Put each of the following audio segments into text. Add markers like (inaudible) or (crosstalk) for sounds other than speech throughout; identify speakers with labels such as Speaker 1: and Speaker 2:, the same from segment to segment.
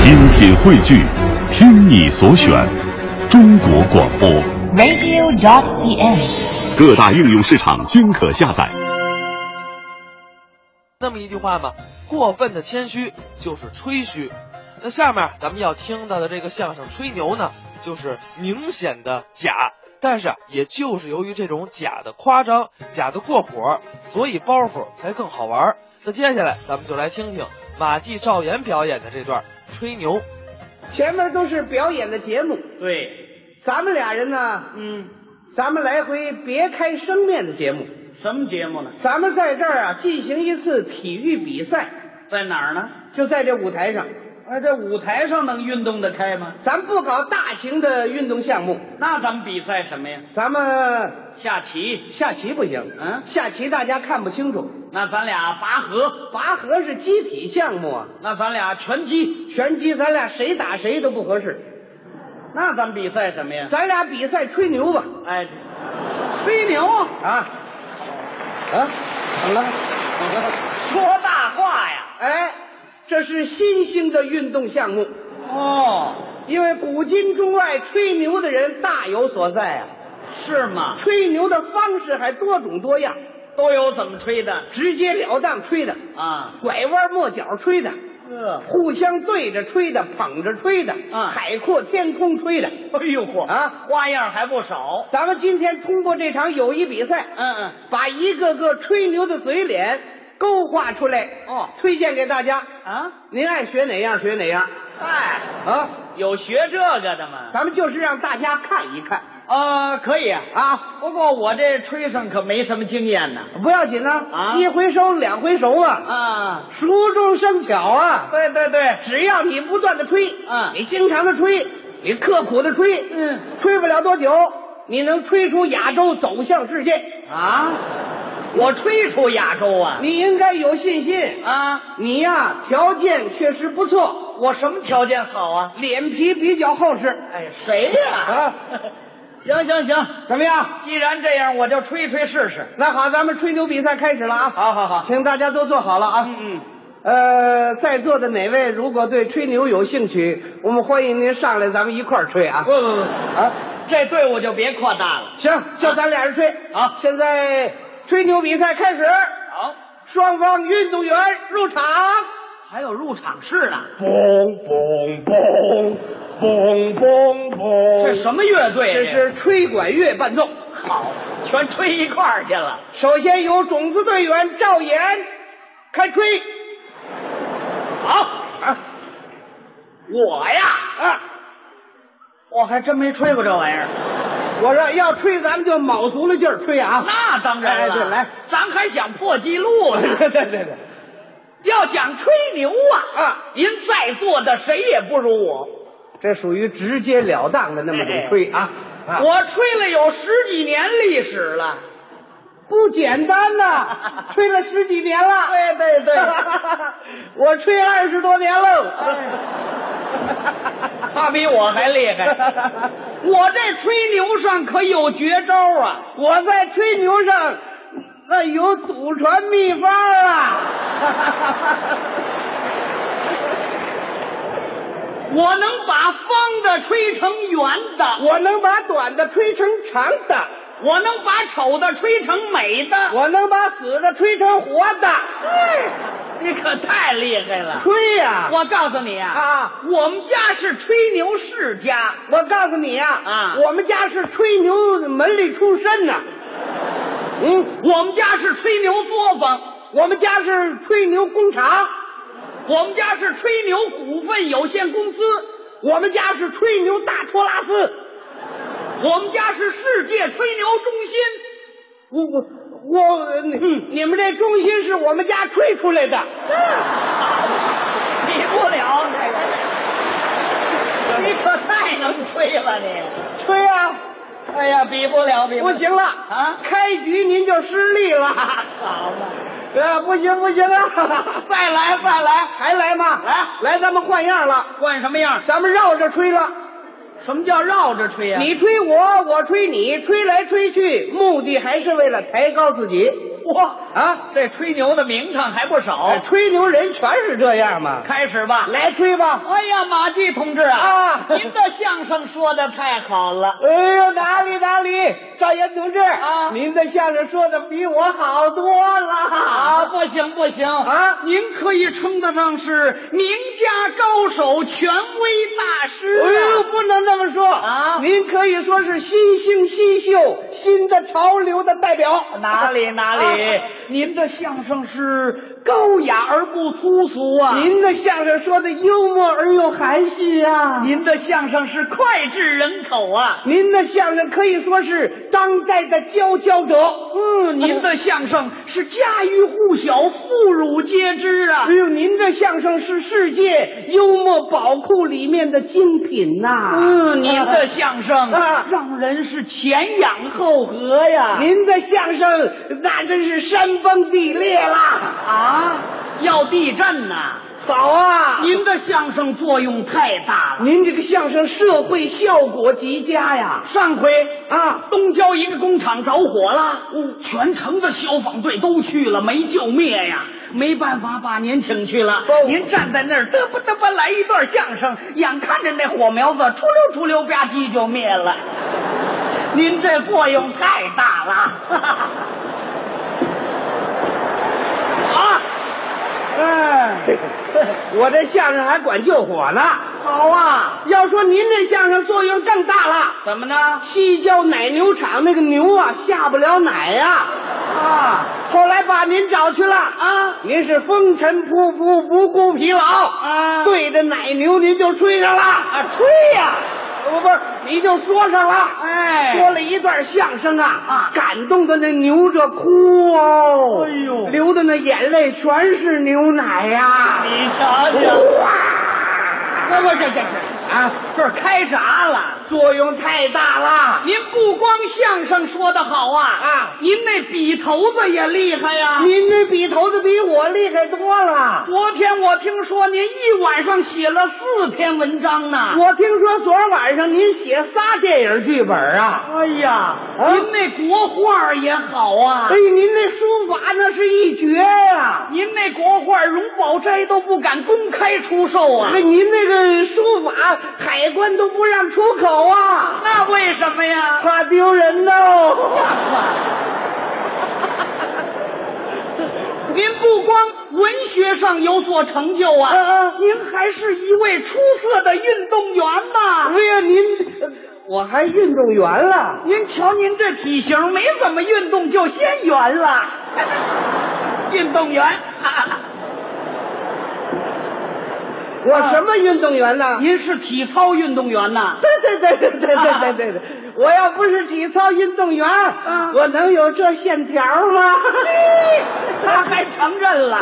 Speaker 1: 精品汇聚，听你所选，中国广播。
Speaker 2: radio.cn。
Speaker 1: 各大应用市场均可下载。
Speaker 3: 那么一句话嘛，过分的谦虚就是吹嘘。那下面咱们要听到的这个相声吹牛呢，就是明显的假。但是啊，也就是由于这种假的夸张、假的过火，所以包袱才更好玩儿。那接下来咱们就来听听马季、赵岩表演的这段吹牛。
Speaker 4: 前面都是表演的节目，
Speaker 5: 对，
Speaker 4: 咱们俩人呢，
Speaker 5: 嗯，
Speaker 4: 咱们来回别开生面的节目，
Speaker 5: 什么节目呢？
Speaker 4: 咱们在这儿啊进行一次体育比赛，
Speaker 5: 在哪儿呢？
Speaker 4: 就在这舞台上，
Speaker 5: 哎，这舞台上能运动得开吗？
Speaker 4: 咱不搞大型的运动项目，
Speaker 5: 那咱们比赛什么呀？
Speaker 4: 咱们
Speaker 5: 下棋。
Speaker 4: 下棋不行，
Speaker 5: 嗯
Speaker 4: 下棋大家看不清楚，
Speaker 5: 那咱俩拔河。
Speaker 4: 拔河是集体项目啊，
Speaker 5: 那咱俩拳击。
Speaker 4: 拳击咱俩谁打谁都不合适，
Speaker 5: 那咱们比赛什么呀？
Speaker 4: 咱俩比赛吹牛吧，
Speaker 5: 哎，吹牛啊！
Speaker 4: 啊啊，怎么了？
Speaker 5: 说大话呀！
Speaker 4: 哎，这是新兴的运动项目。
Speaker 5: 哦，
Speaker 4: 因为古今中外吹牛的人大有所在啊，
Speaker 5: 是吗？
Speaker 4: 吹牛的方式还多种多样，
Speaker 5: 都有怎么吹的
Speaker 4: 直截了当吹的，
Speaker 5: 啊？呃
Speaker 4: 拐弯抹角吹的，
Speaker 5: 呵，
Speaker 4: 互相对着吹的，捧着吹的，
Speaker 5: 啊
Speaker 4: 海阔天空吹的。
Speaker 5: 哎呦嚯
Speaker 4: 啊
Speaker 5: 花样还不少。
Speaker 4: 咱们今天通过这场友谊比赛，
Speaker 5: 嗯嗯，
Speaker 4: 把一个个吹牛的嘴脸勾画出来，
Speaker 5: 哦
Speaker 4: 推荐给大家。
Speaker 5: 啊，
Speaker 4: 您爱学哪样学哪样
Speaker 5: 哎，
Speaker 4: 啊，
Speaker 5: 有学这个的吗？
Speaker 4: 咱们就是让大家看一看
Speaker 5: 啊，可以啊。
Speaker 4: 啊，
Speaker 5: 不过我这吹上可没什么经验呢。
Speaker 4: 不要紧呢，
Speaker 5: 啊
Speaker 4: 一回生两回熟啊。
Speaker 5: 啊，
Speaker 4: 熟中生巧啊！
Speaker 5: 对对对，
Speaker 4: 只要你不断的吹，啊
Speaker 5: 嗯
Speaker 4: 你经常的吹，你刻苦的吹，
Speaker 5: 嗯
Speaker 4: 吹不了多久，你能吹出亚洲走向世界。
Speaker 5: 啊，我吹出亚洲啊！
Speaker 4: 你应该有信心，
Speaker 5: 啊，
Speaker 4: 你呀、条件确实不错，
Speaker 5: 我什么条件好啊？
Speaker 4: 脸皮比较厚实，
Speaker 5: 哎，谁呀、
Speaker 4: 啊
Speaker 5: (laughs) 行行行，
Speaker 4: 怎么样？
Speaker 5: 既然这样，我就吹吹试试。
Speaker 4: 那好，咱们吹牛比赛开始了啊！
Speaker 5: 好好好，
Speaker 4: 请大家都坐好了啊！
Speaker 5: 嗯
Speaker 4: 呃，在座的哪位如果对吹牛有兴趣，我们欢迎您上来，咱们一块儿吹啊！
Speaker 5: 不不不，
Speaker 4: 啊，
Speaker 5: 这队伍就别扩大了。
Speaker 4: 行，就咱俩人吹。
Speaker 5: 好
Speaker 4: 现在吹牛比赛开始，
Speaker 5: 好，
Speaker 4: 双方运动员入场。
Speaker 5: 还有入场式呢。
Speaker 4: 哦嘣嘣嘣嘣嘣嘣
Speaker 5: 这什么乐队？
Speaker 4: 这是吹管乐伴奏。
Speaker 5: 好，全吹一块儿去了。
Speaker 4: 首先由种子队员赵岩开吹。
Speaker 5: 好，
Speaker 4: 啊
Speaker 5: 我呀，
Speaker 4: 啊！
Speaker 5: 我还真没吹过这玩意儿。
Speaker 4: 我说要吹，咱们就卯足了劲儿吹啊！
Speaker 5: 那当然了，
Speaker 4: 哎对来， (laughs)
Speaker 5: 咱还想破纪录
Speaker 4: 对 (laughs)
Speaker 5: 呢。
Speaker 4: 对对对，
Speaker 5: 要讲吹牛啊，
Speaker 4: 啊
Speaker 5: 您在座的谁也不如我，
Speaker 4: 这属于直截了当的那么得吹啊！啊
Speaker 5: 我吹了有十几年历史了。
Speaker 4: 不简单 (laughs) 呐、吹了十几年了。
Speaker 5: 对对 (laughs) 对
Speaker 4: (laughs) 我吹二十多年喽。
Speaker 5: (laughs) 他比我还
Speaker 4: (laughs)
Speaker 5: 厉害，我这吹牛上可有绝招啊！
Speaker 4: 我在吹牛上，那有祖传秘方啊！
Speaker 5: (laughs) 我能把方的吹成圆的，
Speaker 4: 我能把短的吹成长的，
Speaker 5: 我能把丑的吹成美的。
Speaker 4: 我能把死的吹成活的。
Speaker 5: 你可太厉害了！
Speaker 4: 吹呀、
Speaker 5: 我告诉你啊，
Speaker 4: 啊
Speaker 5: 我们家是吹牛世家。
Speaker 4: 我告诉你呀、
Speaker 5: 啊
Speaker 4: 我们家是吹牛门里出身呐、嗯，
Speaker 5: 我们家是吹牛作坊，
Speaker 4: 我们家是吹牛工厂，
Speaker 5: 我们家是吹牛股份有限公司，
Speaker 4: 我们家是吹牛大托拉斯。
Speaker 5: 我们家是世界吹牛中心。
Speaker 4: 我我我，你、你们这中心是我们家吹出
Speaker 5: (laughs)
Speaker 4: 来的，
Speaker 5: 比不了这个，你可太能吹了你！
Speaker 4: 吹啊！
Speaker 5: 哎呀，比不了，比
Speaker 4: 不
Speaker 5: 了
Speaker 4: 行了
Speaker 5: 啊
Speaker 4: 开局您就失利了，
Speaker 5: 好嘛，
Speaker 4: (laughs) 啊，不行不行 (laughs) 了，
Speaker 5: 再来再来，
Speaker 4: 还来吗？
Speaker 5: 来
Speaker 4: 来，咱们换样了，
Speaker 5: 换什么样？
Speaker 4: 咱们绕着吹了，
Speaker 5: 什么叫绕着吹呀、
Speaker 4: 你吹我，我吹你，吹来吹去，目的还是为了抬高自己。
Speaker 5: 我
Speaker 4: 啊，
Speaker 5: 这吹牛的名堂还不少。
Speaker 4: 哎吹牛人全是这样嘛。
Speaker 5: 开始吧，。
Speaker 4: 来吹吧。
Speaker 5: 哎呀，马季同志啊，
Speaker 4: 啊
Speaker 5: 您的相声说的太好了。
Speaker 4: 哎呦，哪里哪里，赵岩同志
Speaker 5: 啊
Speaker 4: 您的相声说的比我好多了
Speaker 5: 啊，不行不行
Speaker 4: 啊
Speaker 5: 您可以称得上是名家高手、权威大师啊、
Speaker 4: 哎呦，不能那么说
Speaker 5: 啊
Speaker 4: 您可以说是新兴新秀、新的潮流的代表。
Speaker 5: 哪里哪
Speaker 4: 啊，
Speaker 5: 里您的相声是高雅而不粗俗啊！
Speaker 4: 您的相声说的幽默而又含蓄啊！
Speaker 5: 您的相声是脍炙人口啊！
Speaker 4: 您的相声可以说是当代的佼佼者。嗯
Speaker 5: 您的相声是家喻户晓、妇孺皆知啊
Speaker 4: 哎！呦，您的相声是世界幽默宝库里面的精品呐、
Speaker 5: 嗯，您的相声
Speaker 4: 啊
Speaker 5: 让人是前仰后合呀！
Speaker 4: 您的相声那真是山崩地裂啦！
Speaker 5: 啊，要地震呐！
Speaker 4: 好啊，
Speaker 5: 您的相声作用太大了。
Speaker 4: 您这个相声社会效果极佳呀！
Speaker 5: 上回
Speaker 4: 啊，
Speaker 5: 东郊一个工厂着火了，全城的消防队都去了，没救灭呀。没办法，把您请去了。
Speaker 4: 哦
Speaker 5: 您站在那儿嘚吧嘚吧来一段相声，眼看着那火苗子出溜出溜吧唧就灭了。您这作用太大了。 (laughs) 啊，
Speaker 4: 哎，我这相声还管救火呢。
Speaker 5: 好啊，
Speaker 4: 要说您这相声作用更大了。
Speaker 5: 怎么呢？
Speaker 4: 西郊奶牛场那个牛啊，下不了奶呀、
Speaker 5: 啊
Speaker 4: 后来把您找去了啊，
Speaker 5: 啊
Speaker 4: 您是风尘仆仆，不顾疲劳
Speaker 5: 啊
Speaker 4: 对着奶牛您就吹上了啊，吹呀、不不是， (laughs) 你就说上了，
Speaker 5: 哎
Speaker 4: 说了一段相声啊，
Speaker 5: 啊
Speaker 4: 感动的那牛这哭哦，
Speaker 5: 哎呦
Speaker 4: 流的那眼泪全是牛奶呀、
Speaker 5: 你瞧瞧，那不是这这
Speaker 4: 啊，
Speaker 5: 这开闸了。
Speaker 4: 作用太大了，
Speaker 5: 您不光相声说得好啊，
Speaker 4: 啊
Speaker 5: 您那笔头子也厉害呀、
Speaker 4: 您这笔头子比我厉害多了。
Speaker 5: 昨天我听说您一晚上写了四篇文章呢。
Speaker 4: 我听说昨儿晚上您写仨电影剧本啊？
Speaker 5: 哎呀，您那国画也好啊，
Speaker 4: 哎，您那书法那是一绝呀、
Speaker 5: 您那国画荣宝斋都不敢公开出售啊
Speaker 4: 哎，，您那个书法海关都不让出口啊，
Speaker 5: 那为什么呀？
Speaker 4: 怕丢人喽。
Speaker 5: 您不光文学上有所成就啊，
Speaker 4: 啊
Speaker 5: 您还是一位出色的运动员呐、
Speaker 4: 哎呀，您呃我还运动员了，
Speaker 5: 您瞧您这体型，没怎么运动就先
Speaker 4: (laughs)
Speaker 5: 圆了，运动员。
Speaker 4: 啊我什么运动员呢？
Speaker 5: 您是体操运动员呐？
Speaker 4: 对对对对对对对对对，我要不是体操运动员，
Speaker 5: 啊
Speaker 4: 我能有这线条吗？
Speaker 5: (laughs) 他还承认
Speaker 4: (laughs)
Speaker 5: 了。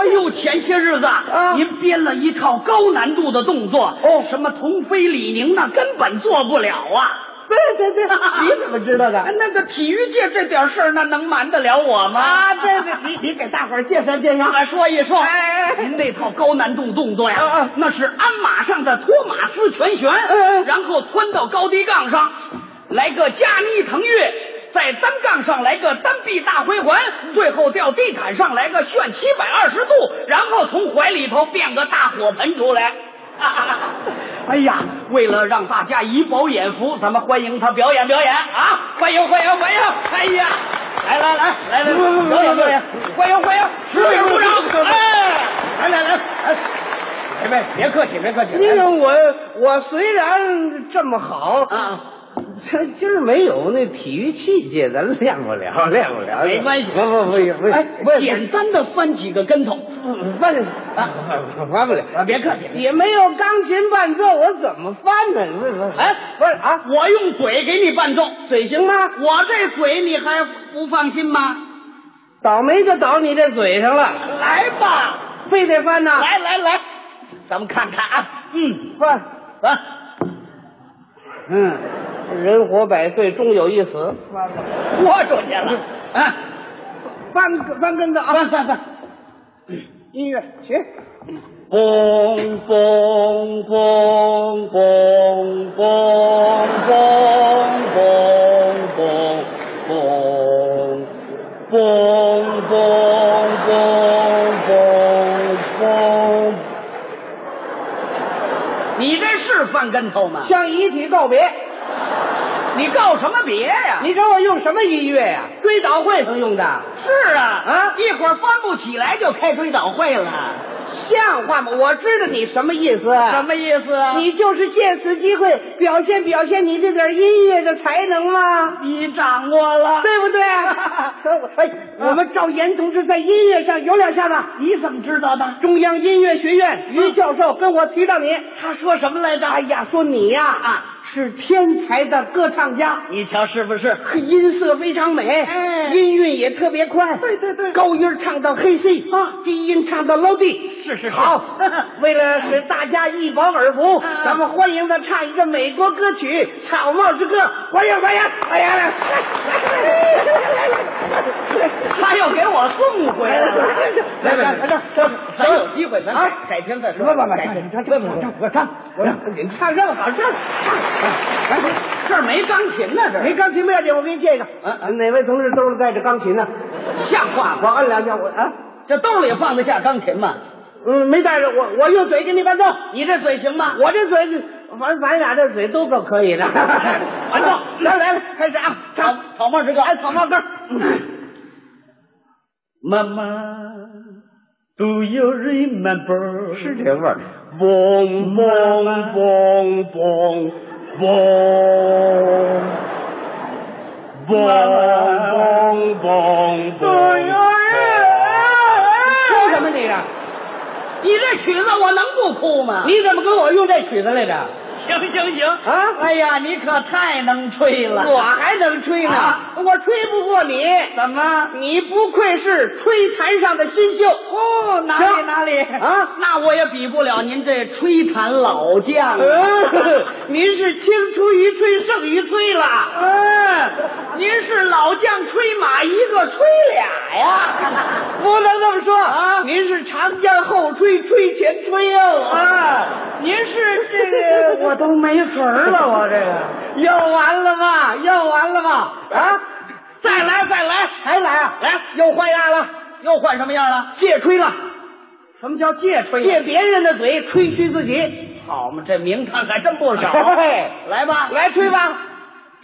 Speaker 5: 哎呦，前些日子啊，您编了一套高难度的动作，哦，什么童飞李宁那根本做不了啊。
Speaker 4: 对对
Speaker 5: (laughs)
Speaker 4: 对，你怎么知道的？
Speaker 5: 那个体育界这点事儿，那能瞒得了我吗？
Speaker 4: 啊，对对，你你给大伙儿介绍介绍。
Speaker 5: 我说一说，
Speaker 4: 哎哎哎
Speaker 5: 您那套高难度动作呀，
Speaker 4: 啊啊
Speaker 5: 那是鞍马上的托马斯全旋，
Speaker 4: 嗯嗯
Speaker 5: 然后窜到高低杠上，来个架逆腾跃，在单杠上来个单臂大回环，最后掉地毯上来个旋七百二十度，然后从怀里头变个大火盆出来。 (laughs) 哎呀，为了让大家以饱眼福，咱们欢迎他表演表演啊！欢迎欢迎欢迎！哎呀，来来来来来，表演表演，欢迎欢迎！十位鼓掌！哎，来来来，哎，别别客气别客气，
Speaker 4: 那个我我虽然这么好，
Speaker 5: 啊，
Speaker 4: 这今儿没有那体育器械，咱练不了，练不了。
Speaker 5: 没关系
Speaker 4: 不不不不，不
Speaker 5: 哎，简单的翻几个跟头
Speaker 4: 翻啊，翻不了。
Speaker 5: 啊！别客气，
Speaker 4: 也没有钢琴伴奏，我怎么翻呢？不是不是，
Speaker 5: 哎
Speaker 4: 不是啊，
Speaker 5: 我用嘴给你伴奏，
Speaker 4: 嘴行吗？
Speaker 5: 我这嘴你还不放心吗？
Speaker 4: 倒霉就倒你这嘴上了，
Speaker 5: 来吧，
Speaker 4: 非得翻呐。
Speaker 5: 来来来，咱们看看啊，嗯，
Speaker 4: 翻，
Speaker 5: 啊。
Speaker 4: 嗯，人活百岁，终有一死。
Speaker 5: 豁出去了。啊，
Speaker 4: 翻个翻跟头啊！
Speaker 5: 翻翻翻，
Speaker 4: 音乐起。
Speaker 5: 嘣嘣嘣嘣嘣嘣嘣嘣嘣嘣嘣。你这是翻跟头吗？
Speaker 4: 向遗体告别。
Speaker 5: 你告什么别呀、
Speaker 4: 你给我用什么音乐呀、追悼会上用的，
Speaker 5: 是啊
Speaker 4: 啊
Speaker 5: 一会儿翻不起来就开追悼会了，
Speaker 4: 像话吗？我知道你什么意思。
Speaker 5: 什么意思啊？
Speaker 4: 你就是借此机会表现表现你这点音乐的才能吗？
Speaker 5: 你掌握了
Speaker 4: 对
Speaker 5: (laughs)
Speaker 4: 不对？可我哎，我们赵岩同志在音乐上有两下子。
Speaker 5: 你怎么知道的？
Speaker 4: 中央音乐学院于教授跟我提到你，
Speaker 5: 他说什么来着？
Speaker 4: 哎呀，说你呀
Speaker 5: 啊
Speaker 4: 是天才的歌唱家，
Speaker 5: 你瞧是不是？
Speaker 4: 音色非常美，
Speaker 5: 哎
Speaker 4: 音韵也特别快，
Speaker 5: 对对对
Speaker 4: 高音唱到黑 C
Speaker 5: 啊
Speaker 4: 低音唱到 low D，
Speaker 5: 是是是
Speaker 4: 好，为了使大家一饱耳福，
Speaker 5: 啊
Speaker 4: 咱们欢迎他唱一个美国歌曲《草帽之歌》，欢迎欢迎欢迎！
Speaker 5: 他又给我送回来了。
Speaker 4: 来来来来
Speaker 5: 咱有机会，咱
Speaker 4: 啊
Speaker 5: 改天再
Speaker 4: 不
Speaker 5: 说。
Speaker 4: 不不，
Speaker 5: 改天
Speaker 4: 唱唱唱唱唱，我你唱这么好唱，来来。
Speaker 5: 这儿没钢琴呢，这
Speaker 4: 没
Speaker 5: 儿
Speaker 4: 钢琴不要紧，我给你借一个。啊，哪位同志兜里带着钢琴呢？
Speaker 5: 像话
Speaker 4: 我
Speaker 5: 吗？
Speaker 4: 摁两下，我啊，
Speaker 5: 这兜里放得下钢琴吗？
Speaker 4: 嗯，没带着，我我用嘴给你伴奏。
Speaker 5: 你这嘴行吗？
Speaker 4: 我这嘴，反咱俩这嘴都够可
Speaker 5: (laughs)
Speaker 4: 以的。
Speaker 5: 伴奏
Speaker 4: (laughs) 来来来，开始啊，唱
Speaker 5: 草草帽之歌，嗯
Speaker 4: 哎，草帽歌。 (laughs)
Speaker 5: 妈妈，Do you remember？
Speaker 4: 是这味儿，嘣嘣嘣嘣嘣。嘣嘣嘣嘣！哭什么你啊？
Speaker 5: 你这曲子我能不哭吗？
Speaker 4: 你怎么跟我用这曲子来
Speaker 5: 啊
Speaker 4: 着？
Speaker 5: 行行行
Speaker 4: 啊
Speaker 5: 哎呀，你可太能吹了！
Speaker 4: 我还能吹呢，
Speaker 5: 啊
Speaker 4: 我吹不过你。
Speaker 5: 怎么？
Speaker 4: 你不愧是吹坛上的新秀哦，
Speaker 5: 哪里哪里
Speaker 4: 啊？
Speaker 5: 那我也比不了您这吹弹老将
Speaker 4: 嗯
Speaker 5: 啊！，
Speaker 4: 您是青出于吹胜于吹了。
Speaker 5: 嗯，您是老将吹马一个吹俩哎呀！
Speaker 4: 不能这么说
Speaker 5: 啊
Speaker 4: 您是长江后吹，吹前吹哦。
Speaker 5: 啊，您是
Speaker 4: 这个我
Speaker 5: 都没词儿了，我这个。
Speaker 4: 要完了吧？要完了吧？啊！
Speaker 5: 再来再来，
Speaker 4: 还来啊？
Speaker 5: 来
Speaker 4: 又换样了，
Speaker 5: 又换什么样了？
Speaker 4: 借吹了，
Speaker 5: 什么叫借吹
Speaker 4: 借别人的嘴吹嘘自己。
Speaker 5: 好嘛，这名堂还真 (laughs) 不少。
Speaker 4: 嘿
Speaker 5: 来吧，
Speaker 4: 来吹吧。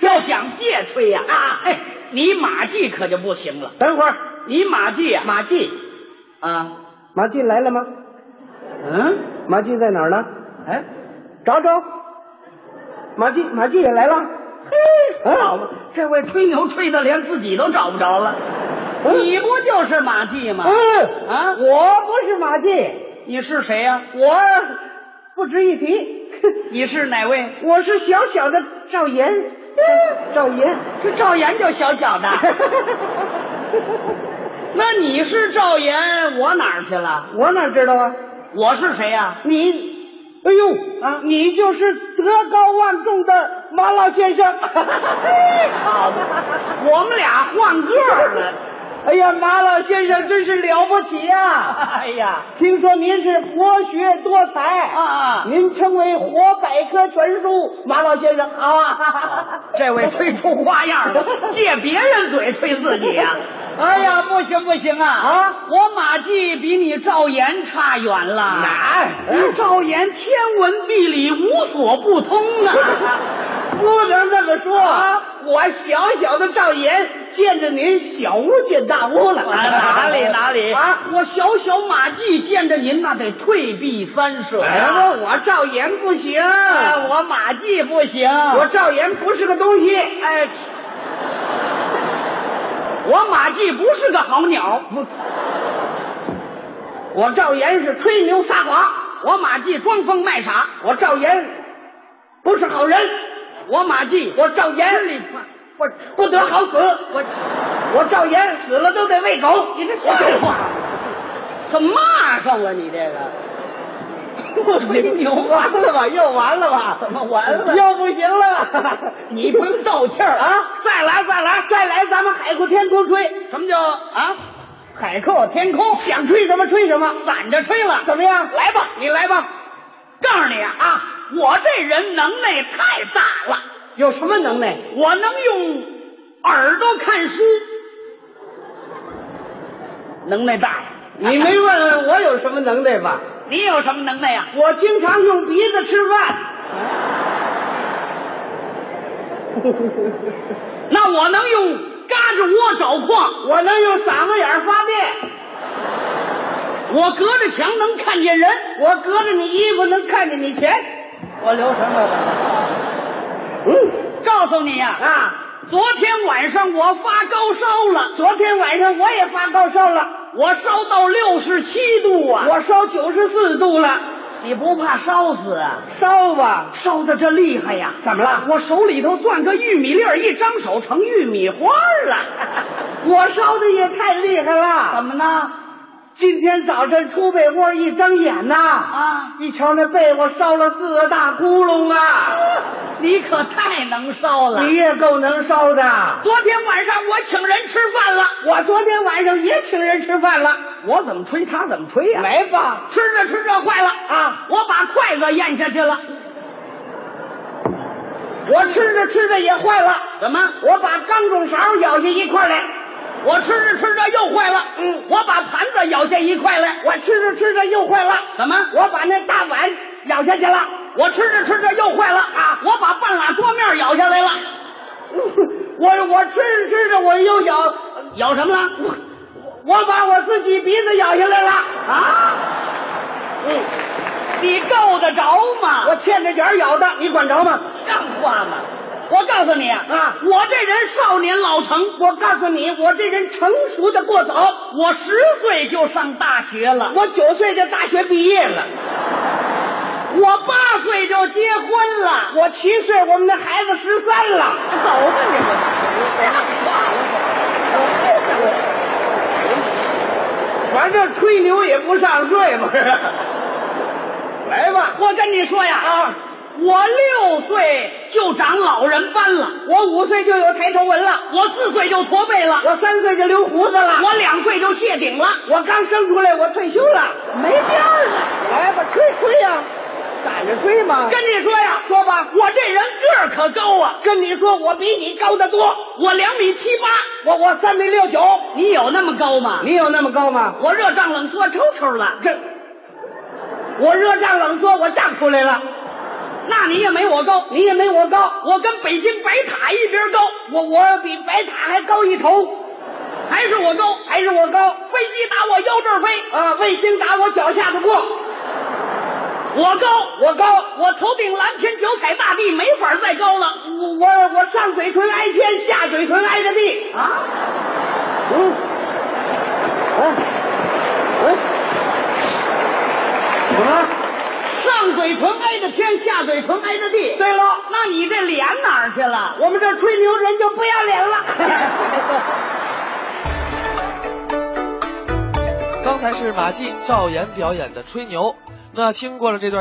Speaker 5: 要想借吹呀啊哎，你马季可就不行了。
Speaker 4: 等会儿，
Speaker 5: 你马季呀、
Speaker 4: 马季，
Speaker 5: 啊，
Speaker 4: 马季来了吗？
Speaker 5: 嗯，
Speaker 4: 马季在哪儿呢？
Speaker 5: 哎，
Speaker 4: 找找，马季马季也来了，
Speaker 5: 嘿，
Speaker 4: 嗯
Speaker 5: 哎好嘛，这位吹牛吹的连自己都找不着了。你不就是马季吗？
Speaker 4: 嗯
Speaker 5: 啊
Speaker 4: 我不是马季，
Speaker 5: 你是谁呀、
Speaker 4: 我不值一提，
Speaker 5: 你是哪位？
Speaker 4: 我是小小的赵岩，赵岩，
Speaker 5: 这赵岩就小小
Speaker 4: (laughs)
Speaker 5: 的，那你是赵岩，我哪儿去了？
Speaker 4: 我哪知道啊？
Speaker 5: 我是谁呀、
Speaker 4: 你，哎呦
Speaker 5: 啊
Speaker 4: 你就是德高望重的马老先生，
Speaker 5: 好的，我们俩换个
Speaker 4: (laughs)
Speaker 5: 儿了。
Speaker 4: (laughs) 哎呀，马老先生真是了不起呀、
Speaker 5: 哎呀，
Speaker 4: 听说您是博学多才
Speaker 5: 啊
Speaker 4: 您称为活百科全书，马老先生好啊！
Speaker 5: 这位吹出花样了，借别人嘴吹自己呀、 (laughs) 哎呀，不行不行啊！
Speaker 4: 啊，
Speaker 5: 我马季比你赵岩差远了。
Speaker 4: 哪
Speaker 5: 你赵岩天文地理无所不通啊！
Speaker 4: 不能这么说，
Speaker 5: 啊
Speaker 4: 我小小的赵岩见着您小巫见大巫了。
Speaker 5: 啊哪 (laughs) 里哪里
Speaker 4: 啊！
Speaker 5: 我小小马季见着您那得退避三舍
Speaker 4: 哎
Speaker 5: 呀、
Speaker 4: 呀，我赵岩不行，
Speaker 5: 哎我马季不行，
Speaker 4: 我赵岩不是个东西。
Speaker 5: 哎，我马季不是个好鸟，
Speaker 4: 我赵岩是吹牛撒谎，
Speaker 5: 我马季装疯卖傻，
Speaker 4: 我赵岩不是好人，
Speaker 5: 我马季
Speaker 4: 我赵岩
Speaker 5: 里
Speaker 4: 我不得好死，
Speaker 5: 我
Speaker 4: 我赵岩死了都得喂狗。
Speaker 5: 你这什么话？怎么骂上了你这个？
Speaker 4: (laughs)
Speaker 5: 吹牛
Speaker 4: 完
Speaker 5: 啊！
Speaker 4: 了吧？又完了吧？
Speaker 5: 怎么完了
Speaker 4: 又不行 (laughs) 了。
Speaker 5: (laughs) 你不用道歉儿
Speaker 4: 啊！
Speaker 5: 再来再来！
Speaker 4: 再来，咱们海阔天空吹，
Speaker 5: 什么叫啊？海阔天空，
Speaker 4: 想吹什么吹什么，
Speaker 5: 反着吹了。
Speaker 4: 怎么样？
Speaker 5: 来吧，
Speaker 4: 你来吧。
Speaker 5: 告诉你啊啊，我这人能耐太大了，
Speaker 4: 有什么能耐？
Speaker 5: 我能用耳朵看书，能耐大呀！
Speaker 4: 你没问问我有什么能耐吧？
Speaker 5: 你有什么能耐啊呀、
Speaker 4: 我经常用鼻子吃饭，
Speaker 5: (laughs) 那我能用嘎吱窝找矿，
Speaker 4: 我能用嗓子眼儿发电，
Speaker 5: 我隔着墙能看见人，
Speaker 4: 我隔着你衣服能看见你钱。
Speaker 5: 我留什么？
Speaker 4: 嗯
Speaker 5: 告诉你呀、
Speaker 4: 啊，
Speaker 5: 昨天晚上我发高烧了，
Speaker 4: 昨天晚上我也发高烧了，
Speaker 5: 我烧到六十七度啊！
Speaker 4: 我烧九十四度了，
Speaker 5: 你不怕烧死啊？
Speaker 4: 烧吧。
Speaker 5: 烧的这厉害呀！
Speaker 4: 怎么了
Speaker 5: 我手里头攥个玉米粒儿，一张手成玉米花儿了。
Speaker 4: (laughs) 我烧的也太厉害了！
Speaker 5: 么呢？
Speaker 4: 今天早晨出被窝一睁眼呐、
Speaker 5: 啊，
Speaker 4: 一瞧那被窝烧了四个大窟窿啊！
Speaker 5: (laughs) 你可太能烧了！
Speaker 4: 你也够能烧的。
Speaker 5: 昨天晚上我请人吃饭了，
Speaker 4: 我昨天晚上也请人吃饭了，
Speaker 5: 我怎么吹他怎么吹呀、
Speaker 4: 来吧，
Speaker 5: 吃着吃着坏了
Speaker 4: 啊！
Speaker 5: 我把筷子咽下去了，
Speaker 4: 我吃着吃着也坏了，
Speaker 5: 怎么？
Speaker 4: 我把钢种勺咬下一块来，
Speaker 5: 我吃着吃着又坏了，
Speaker 4: 嗯
Speaker 5: 我把盘子咬下一块来，
Speaker 4: 我吃着吃着又坏了，
Speaker 5: 怎么？
Speaker 4: 我把那大碗咬下去了，
Speaker 5: 我吃着吃着又坏了啊！我把半拉桌面咬下来了，
Speaker 4: (laughs) 我我吃着吃着我又咬，
Speaker 5: 咬什么了？
Speaker 4: 我把我自己鼻子咬下来了，
Speaker 5: 啊！你够得着吗？
Speaker 4: 我欠着点咬的，你管着吗？
Speaker 5: 像话吗？我告诉你
Speaker 4: 啊
Speaker 5: 我这人少年老成，
Speaker 4: 我告诉你，我这人成熟的过早，
Speaker 5: 我十岁就上大学了，
Speaker 4: 我九岁就大学毕业了，
Speaker 5: 我八岁就结婚了。
Speaker 4: 我七岁，我们那孩子十三了。
Speaker 5: 走吧你们，像话吗？
Speaker 4: 反正吹牛也不上税，不是？来吧，
Speaker 5: 我跟你说呀，
Speaker 4: 啊，
Speaker 5: 我六岁就长老人斑了，
Speaker 4: 我五岁就有抬头纹了，
Speaker 5: 我四岁就驼背了，
Speaker 4: 我三岁就留胡子了，
Speaker 5: 我两岁就谢顶了，
Speaker 4: 我刚生出来，我退休了，
Speaker 5: 没边儿了。
Speaker 4: 来吧，吹吹呀、攒着吹嘛。
Speaker 5: 跟你说呀，
Speaker 4: 说吧，
Speaker 5: 我这人个儿可高啊，
Speaker 4: 跟你说，我比你高得多，
Speaker 5: 我两米七八，
Speaker 4: 我我三米六九，
Speaker 5: 你有那么高吗？
Speaker 4: 你有那么高吗？
Speaker 5: 我热胀冷缩，抽抽了。
Speaker 4: 这，我热胀冷缩，我胀出来了，
Speaker 5: 那你也没我高，
Speaker 4: 你也没我高，
Speaker 5: 我跟北京白塔一边高，
Speaker 4: 我我比白塔还高一头，
Speaker 5: 还是我高。
Speaker 4: 还是我高
Speaker 5: 飞机打我腰这儿飞，
Speaker 4: 啊！卫星打我脚下头过。
Speaker 5: 我高，
Speaker 4: 我高，
Speaker 5: 我头顶蓝天，脚踩大地，没法再高了。
Speaker 4: 我我我上嘴唇挨天，下嘴唇挨着地啊！嗯，哎，哎，怎么了？
Speaker 5: 上嘴唇挨着天，下嘴唇挨着地。
Speaker 4: 对了，
Speaker 5: 那你这脸哪儿去了？
Speaker 4: 我们这吹牛人就不要脸
Speaker 5: (laughs)
Speaker 4: 了。
Speaker 3: 刚才是马季赵岩表演的吹牛。那听过了这段